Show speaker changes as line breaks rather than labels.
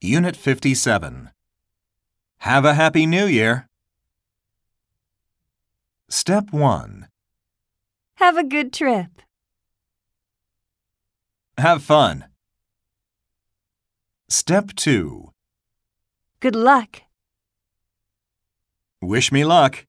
Unit 57. Have a Happy New Year. Step 1.
Have a good trip.
Have fun. Step 2.
Good luck.
Wish me luck.